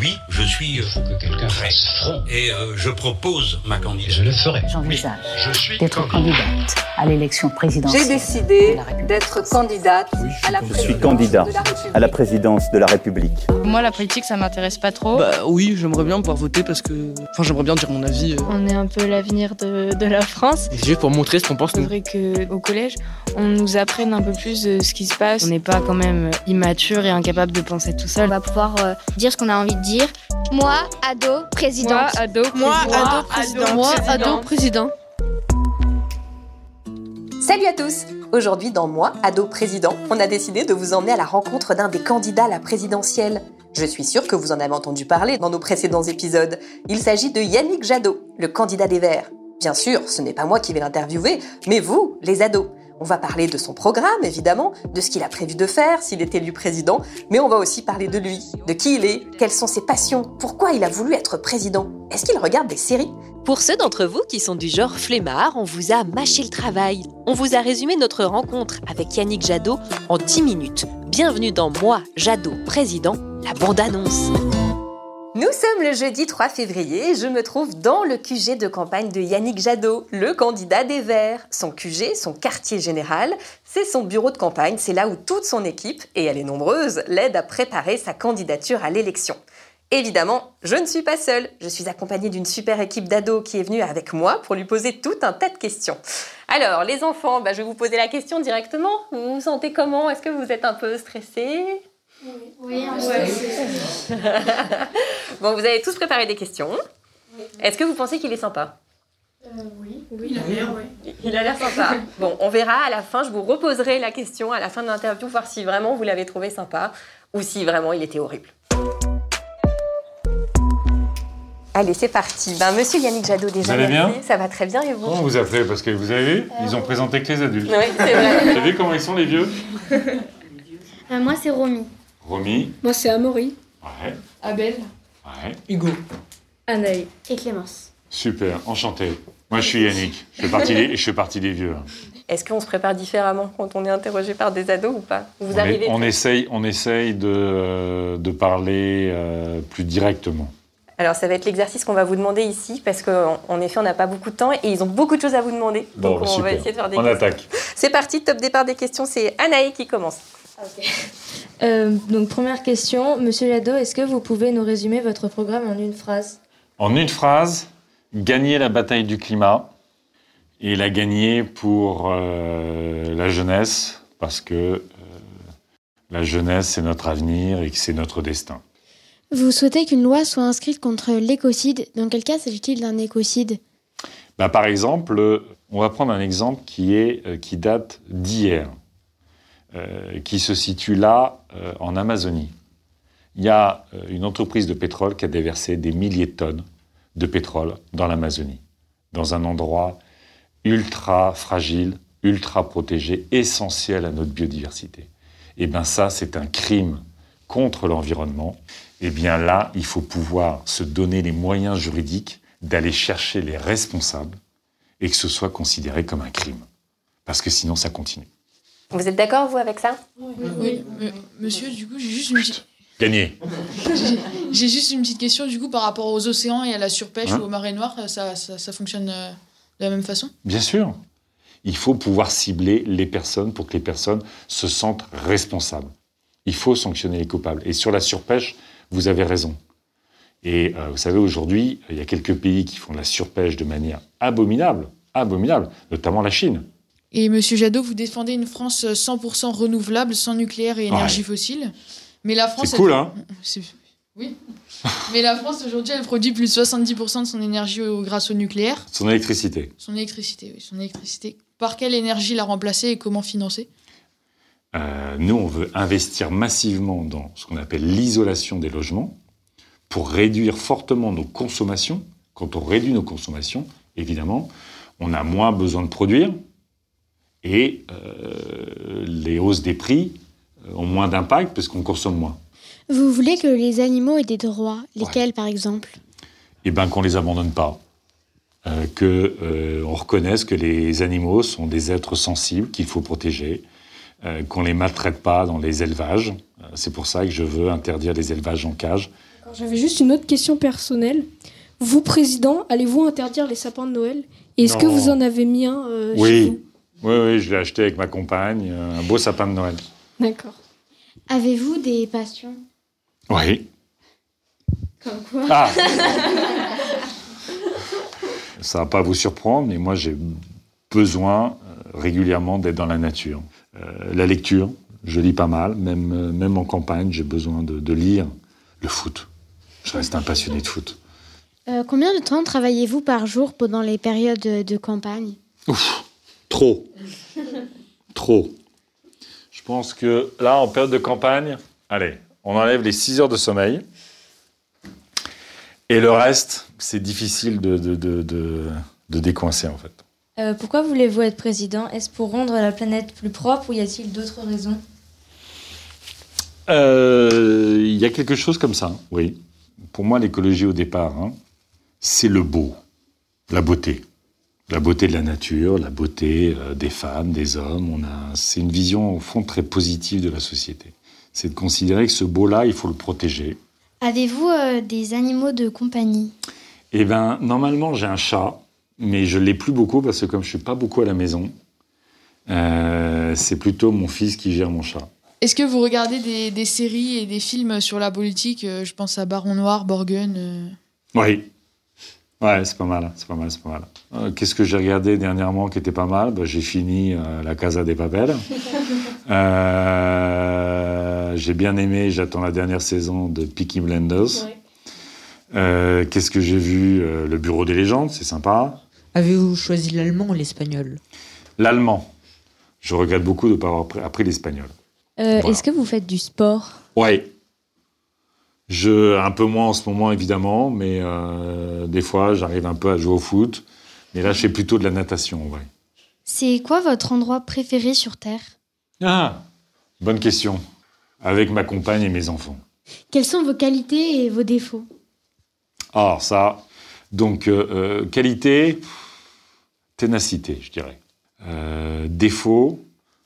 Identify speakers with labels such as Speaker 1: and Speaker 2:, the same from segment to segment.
Speaker 1: Oui, je suis euh,
Speaker 2: que quelqu'un
Speaker 1: prêt. Et euh, je propose ma candidature.
Speaker 2: le ferai.
Speaker 3: J'envisage
Speaker 2: Je suis
Speaker 3: d'être candidate à l'élection
Speaker 4: J'ai
Speaker 3: présidentielle.
Speaker 4: décidé d'être candidate à la
Speaker 5: Je suis
Speaker 4: présidence
Speaker 5: candidat
Speaker 4: de la République.
Speaker 5: à la présidence de la République.
Speaker 6: Moi, la politique, ça m'intéresse pas trop.
Speaker 7: Bah oui, j'aimerais bien pouvoir voter parce que. Enfin, j'aimerais bien dire mon avis. euh.
Speaker 6: On est un peu l'avenir de, de la France.
Speaker 8: C'est juste pour montrer ce qu'on pense
Speaker 6: C'est
Speaker 8: nous.
Speaker 6: vrai qu'au collège, on nous apprenne un peu plus de ce qui se passe. On n'est pas quand même immature et incapable de penser tout seul.
Speaker 9: On va pouvoir euh, dire ce qu'on a envie de dire. Moi, ado, présidente.
Speaker 6: ado,
Speaker 10: Moi, ado, président.
Speaker 6: président.
Speaker 4: Salut à tous Aujourd'hui dans Moi, ado président, on a décidé de vous emmener à la rencontre d'un des candidats à la présidentielle. Je suis sûre que vous en avez entendu parler dans nos précédents épisodes. Il s'agit de Yannick Jadot, le candidat des Verts. Bien sûr, ce n'est pas moi qui vais l'interviewer, mais vous, les ados. On va parler de son programme, évidemment, de ce qu'il a prévu de faire s'il est élu président, mais on va aussi parler de lui, de qui il est, quelles sont ses passions, pourquoi il a voulu être président, est-ce qu'il regarde des séries
Speaker 11: Pour ceux d'entre vous qui sont du genre flemmard, on vous a mâché le travail. On vous a résumé notre rencontre avec Yannick Jadot en 10 minutes. Bienvenue dans Moi, Jadot, président, la bande-annonce.
Speaker 4: Nous sommes le jeudi 3 février et je me trouve dans le QG de campagne de Yannick Jadot, le candidat des Verts. Son QG, son quartier général, c'est son bureau de campagne, c'est là où toute son équipe, et elle est nombreuse, l'aide à préparer sa candidature à l'élection. Évidemment, je ne suis pas seule, je suis accompagnée d'une super équipe d'ados qui est venue avec moi pour lui poser tout un tas de questions. Alors, les enfants, bah, je vais vous poser la question directement. Vous vous sentez comment Est-ce que vous êtes un peu stressés
Speaker 9: Oui,
Speaker 4: Bon, vous avez tous préparé des questions. Est-ce que vous pensez qu'il est sympa Oui, il a l'air sympa. Bon, on verra à la fin, je vous reposerai la question à la fin de l'interview, voir si vraiment vous l'avez trouvé sympa ou si vraiment il était horrible. Allez, c'est parti. Ben, monsieur Yannick Jadot, déjà.
Speaker 12: Vous allez bien
Speaker 4: merci. Ça va très bien et vous
Speaker 12: Comment vous appelez Parce que vous avez vu, ils ont présenté que les adultes.
Speaker 4: Oui, c'est vrai.
Speaker 12: Vous avez vu comment ils sont les vieux
Speaker 9: Euh, moi, c'est Romy.
Speaker 12: Romy.
Speaker 10: Moi, c'est Amaury.
Speaker 12: Ouais,
Speaker 10: Abel.
Speaker 12: ouais.
Speaker 7: Hugo.
Speaker 10: Anaï.
Speaker 9: Et Clémence.
Speaker 12: Super, enchanté. Moi, je suis Yannick. Je fais partie des, je fais partie des vieux. hein.
Speaker 4: Est-ce qu'on se prépare différemment quand on est interrogé par des ados ou pas Vous
Speaker 12: on, est-
Speaker 4: arrivez.
Speaker 12: on essaye, on essaye de, euh, de parler euh, plus directement.
Speaker 4: Alors, ça va être l'exercice qu'on va vous demander ici parce qu'en en effet, on n'a pas beaucoup de temps et ils ont beaucoup de choses à vous demander.
Speaker 12: Bon,
Speaker 4: Donc, on
Speaker 12: super.
Speaker 4: va essayer de faire des
Speaker 12: on
Speaker 4: questions.
Speaker 12: attaque.
Speaker 4: C'est parti, top départ des questions, c'est Anaï qui commence.
Speaker 6: Euh, donc, première question. Monsieur Jadot, est-ce que vous pouvez nous résumer votre programme en une phrase
Speaker 12: En une phrase, gagner la bataille du climat et la gagner pour euh, la jeunesse, parce que euh, la jeunesse, c'est notre avenir et que c'est notre destin.
Speaker 9: Vous souhaitez qu'une loi soit inscrite contre l'écocide. Dans quel cas s'agit-il d'un écocide
Speaker 12: Bah, par exemple, euh, on va prendre un exemple qui, est, euh, qui date d'hier, euh, qui se situe là, euh, en Amazonie. Il y a euh, une entreprise de pétrole qui a déversé des milliers de tonnes de pétrole dans l'Amazonie, dans un endroit ultra fragile, ultra protégé, essentiel à notre biodiversité. Et bien ça, c'est un crime contre l'environnement. Et Eh bien là, il faut pouvoir se donner les moyens juridiques d'aller chercher les responsables et que ce soit considéré comme un crime. Parce que sinon, ça continue.
Speaker 4: Vous êtes d'accord, vous, avec ça
Speaker 10: Oui. Monsieur, du coup, j'ai juste, une petite-
Speaker 12: Gagné.
Speaker 10: j'ai juste une petite question du coup par rapport aux océans et à la surpêche
Speaker 12: Hein
Speaker 10: ou aux marées noires. euh, Ça, ça, ça fonctionne euh, de la même façon
Speaker 12: Bien sûr. Il faut pouvoir cibler les personnes pour que les personnes se sentent responsables. Il faut sanctionner les coupables. Et sur la surpêche, vous avez raison. Et euh, vous savez, aujourd'hui, il y a quelques pays qui font de la surpêche de manière abominable, abominable, notamment la Chine.
Speaker 10: Et monsieur Jadot, vous défendez une France euh, 100% renouvelable, sans nucléaire et énergie fossile. Mais la France.
Speaker 12: C'est cool, hein
Speaker 10: C'est- Oui. Mais la France aujourd'hui, elle produit plus de 70% de son énergie au- grâce au nucléaire.
Speaker 12: Son électricité.
Speaker 10: Son électricité, oui, son électricité. Par quelle énergie la remplacer et comment financer
Speaker 12: Euh, nous, on veut investir massivement dans ce qu'on appelle l'isolation des logements pour réduire fortement nos consommations. Quand on réduit nos consommations, évidemment, on a moins besoin de produire et euh, les hausses des prix ont moins d'impact parce qu'on consomme moins.
Speaker 9: Vous voulez que les animaux aient des droits.
Speaker 12: Lesquels,
Speaker 9: par exemple
Speaker 12: Eh bien, qu'on les abandonne pas. Euh, que euh, on reconnaisse que les animaux sont des êtres sensibles qu'il faut protéger, euh, qu'on les maltraite pas dans les élevages. Euh, C'est pour ça que je veux interdire les élevages en cage.
Speaker 2: J'avais juste une autre question personnelle. Vous, président, allez-vous interdire les sapins de Noël Et est-ce que
Speaker 12: Non.
Speaker 2: vous en avez mis un euh, chez vous
Speaker 12: Oui, oui, oui, je l'ai acheté avec ma compagne, euh, un beau sapin de Noël.
Speaker 2: D'accord.
Speaker 9: Avez-vous des passions
Speaker 12: Oui.
Speaker 9: Comme quoi
Speaker 12: Ah Ça va pas vous surprendre, mais moi j'ai besoin euh, régulièrement d'être dans la nature. Euh, la lecture, je lis pas mal, même, euh, même en campagne, j'ai besoin de, de lire. Le foot, je reste un passionné de foot.
Speaker 9: Euh, Combien de temps travaillez-vous par jour pendant les périodes de de campagne
Speaker 12: Ouf, trop. trop. Je pense que là, en période de campagne, allez, on enlève les 6 heures de sommeil. Et le reste, c'est difficile de, de, de- de- de décoincer, en fait.
Speaker 8: Euh, pourquoi voulez-vous être président Est-ce pour rendre la planète plus propre ou y a-t-il d'autres raisons
Speaker 12: Euh, Il y a quelque chose comme ça, oui. Pour moi, l'écologie au départ, hein, c'est le beau, la beauté. La beauté de la nature, la beauté euh, des femmes, des hommes. On a, c'est une vision, au fond, très positive de la société. C'est de considérer que ce beau-là, il faut le protéger.
Speaker 9: Avez-vous euh, des animaux de compagnie
Speaker 12: Eh bien, normalement, j'ai un chat, mais je ne l'ai plus beaucoup parce que comme je ne suis pas beaucoup à la maison, euh, c'est plutôt mon fils qui gère mon chat.
Speaker 10: Est-ce que vous regardez des, des séries et des films sur la politique Euh, Je pense à Baron Noir, Borgen. euh.
Speaker 12: Oui. Ouais, c'est pas mal, c'est pas mal, c'est pas mal. Euh, Qu'est-ce que j'ai regardé dernièrement qui était pas mal Bah, J'ai fini euh, La Casa des Papels. Euh, j'ai bien aimé, j'attends la dernière saison de Peaky Blenders. Euh, Qu'est-ce que j'ai vu Euh, Le Bureau des légendes, c'est sympa.
Speaker 13: Avez-vous choisi l'allemand ou l'espagnol
Speaker 12: L'allemand. Je regrette beaucoup de ne pas avoir pr- appris l'espagnol.
Speaker 8: Euh,
Speaker 12: Voilà.
Speaker 8: Est-ce que vous faites du sport
Speaker 12: Ouais. Je, un peu moins en ce moment, évidemment, mais euh, des fois, j'arrive un peu à jouer au foot. Mais là, je fais plutôt de la natation, en vrai.
Speaker 9: C'est quoi votre endroit préféré sur Terre
Speaker 12: Ah Bonne question. Avec ma compagne et mes enfants.
Speaker 9: Quelles sont vos qualités et vos défauts
Speaker 12: Alors, ça. Donc, euh, euh, qualité, ténacité, je dirais. Euh, défaut,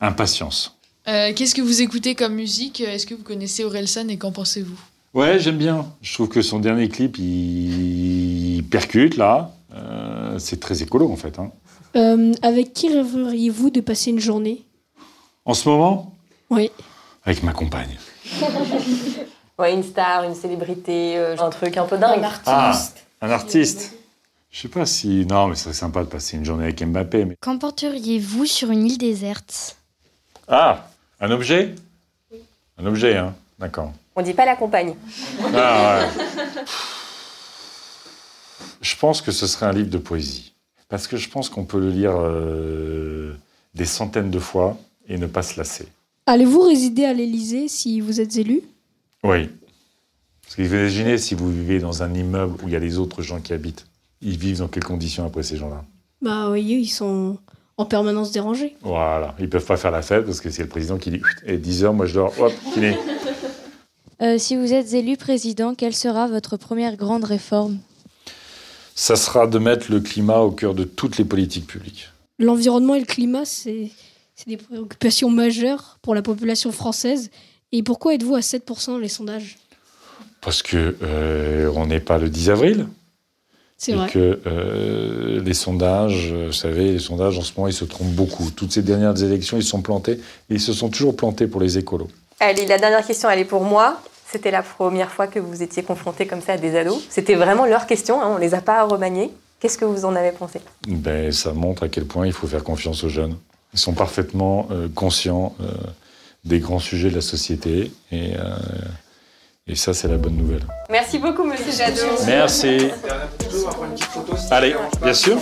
Speaker 12: impatience.
Speaker 10: Euh, Qu'est-ce que vous écoutez comme musique Euh, Est-ce que vous connaissez Orelsan et qu'en pensez-vous
Speaker 12: Ouais, j'aime bien. Je trouve que son dernier clip, il, il percute, là. Euh, c'est très écolo, en fait. hein.
Speaker 2: Euh, avec qui rêveriez-vous de passer une journée
Speaker 12: En ce moment,
Speaker 2: Oui.
Speaker 12: avec ma compagne.
Speaker 4: Ouais, une star, une célébrité, euh, un truc un peu dingue.
Speaker 12: Ah, un artiste. Je sais pas si. Non, mais ce serait sympa de passer une journée avec Mbappé. Mais...
Speaker 9: Qu'emporteriez-vous sur une île déserte
Speaker 12: Ah, un objet Un objet, hein D'accord.
Speaker 4: On dit pas la compagne.
Speaker 12: Ah, ouais. Je pense que ce serait un livre de poésie. Parce que je pense qu'on peut le lire euh, des centaines de fois et ne pas se lasser.
Speaker 2: Allez-vous résider à l'Élysée si vous êtes élu
Speaker 12: Oui. Parce que vous imaginez si vous vivez dans un immeuble où il y a les autres gens qui habitent. Ils vivent dans quelles conditions après ces gens-là
Speaker 2: Bah, vous voyez, ils sont en permanence dérangés.
Speaker 12: Voilà, ils peuvent pas faire la fête parce que c'est le président qui dit Chut, et 10 heures, moi je dors, hop, fini.
Speaker 8: Euh, Si vous êtes élu président, quelle sera votre première grande réforme
Speaker 12: Ça sera de mettre le climat au cœur de toutes les politiques publiques.
Speaker 2: L'environnement et le climat, c'est c'est des préoccupations majeures pour la population française. Et pourquoi êtes-vous à 7% dans les sondages
Speaker 12: Parce que euh, on n'est pas le 10 avril
Speaker 2: C'est
Speaker 12: et
Speaker 2: vrai.
Speaker 12: que euh, les sondages, euh, vous savez, les sondages en ce moment ils se trompent beaucoup. Toutes ces dernières élections ils se sont plantés et ils se sont toujours plantés pour les écolos.
Speaker 4: Allez, la dernière question, elle est pour moi. C'était la première fois que vous étiez confronté comme ça à des ados. C'était vraiment leur question, hein, on les a pas à remanier. Qu'est-ce que vous en avez pensé
Speaker 12: Ben ça montre à quel point il faut faire confiance aux jeunes. Ils sont parfaitement euh, conscients euh, des grands sujets de la société et, euh, et ça c'est la bonne nouvelle.
Speaker 4: Merci beaucoup, monsieur Jadot.
Speaker 12: Merci. Allez, bien sûr.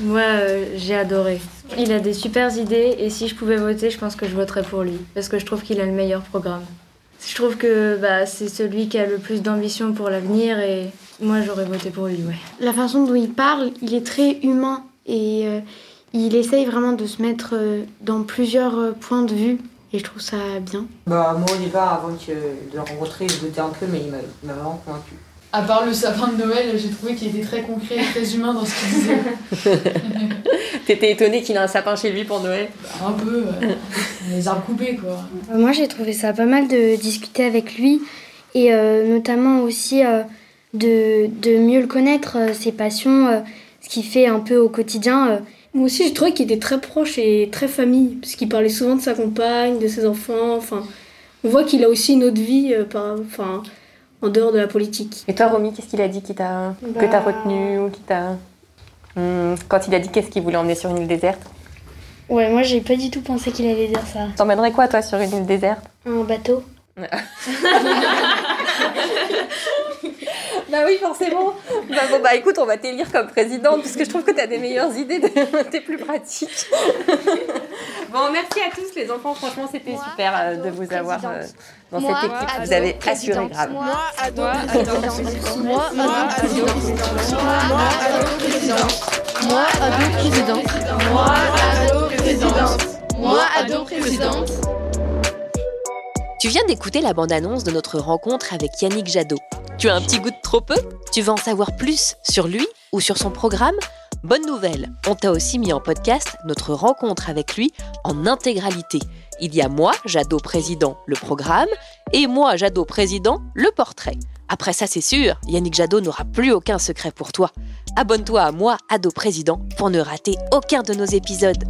Speaker 8: Moi, euh, j'ai adoré. Il a des super idées et si je pouvais voter, je pense que je voterais pour lui parce que je trouve qu'il a le meilleur programme. Je trouve que bah, c'est celui qui a le plus d'ambition pour l'avenir et moi j'aurais voté pour lui, ouais.
Speaker 9: La façon dont il parle, il est très humain et euh, il essaye vraiment de se mettre euh, dans plusieurs euh, points de vue et je trouve ça bien.
Speaker 14: Bah, moi, au départ, avant que de le rencontrer, je doutais un peu, mais il m'a il m'a vraiment convaincu.
Speaker 10: À part le sapin de Noël, j'ai trouvé qu'il était très concret et très humain dans ce qu'il disait.
Speaker 4: T'étais étonnée qu'il a un sapin chez lui pour Noël
Speaker 10: Un peu, ouais. les arbres coupés quoi.
Speaker 9: Euh, Moi, j'ai trouvé ça pas mal de discuter avec lui et euh, notamment aussi euh, de, de mieux le connaître, euh, ses passions, euh, ce qu'il fait un peu au quotidien. euh.
Speaker 2: Moi aussi, j'ai trouvé qu'il était très proche et très famille, parce qu'il parlait souvent de sa compagne, de ses enfants. Enfin, on voit qu'il a aussi une autre vie euh, par, enfin, en dehors de la politique.
Speaker 4: Et toi, Romy, qu'est-ce qu'il a dit qui t'a- que t'as
Speaker 2: Bah.
Speaker 4: retenu ou qui t'a. Hmm, quand il a dit qu'est-ce qu'il voulait emmener sur une île déserte
Speaker 9: Ouais, moi, j'ai pas du tout pensé qu'il allait dire ça.
Speaker 4: T'emmènerais quoi, toi, sur une île déserte
Speaker 9: Un bateau
Speaker 4: Bah oui, forcément Bah bon, bah écoute, on va t'élire comme présidente, puisque je trouve que t'as des meilleures idées, de- t'es plus pratique. bon, merci à tous, les enfants, franchement, c'était super euh, de vous avoir euh, dans
Speaker 14: Moi,
Speaker 4: cette équipe.
Speaker 14: ado,
Speaker 4: Vous avez assuré
Speaker 14: présidente.
Speaker 4: grave.
Speaker 14: Moi, ado, présidente. Moi, ado, présidente. Moi, ado, présidente. Moi, ado, présidente. Moi, ado, présidente. Moi, ado, présidente.
Speaker 11: Tu viens d'écouter la bande-annonce de notre rencontre avec Yannick Jadot. Tu as un petit goût de trop peu Tu veux en savoir plus sur lui ou sur son programme Bonne nouvelle, on t'a aussi mis en podcast notre rencontre avec lui en intégralité. Il y a moi, Jadot président, le programme, et moi, Jadot président, le portrait. Après ça, c'est sûr, Yannick Jadot n'aura plus aucun secret pour toi. Abonne-toi à moi, Ado Président, pour ne rater aucun de nos épisodes.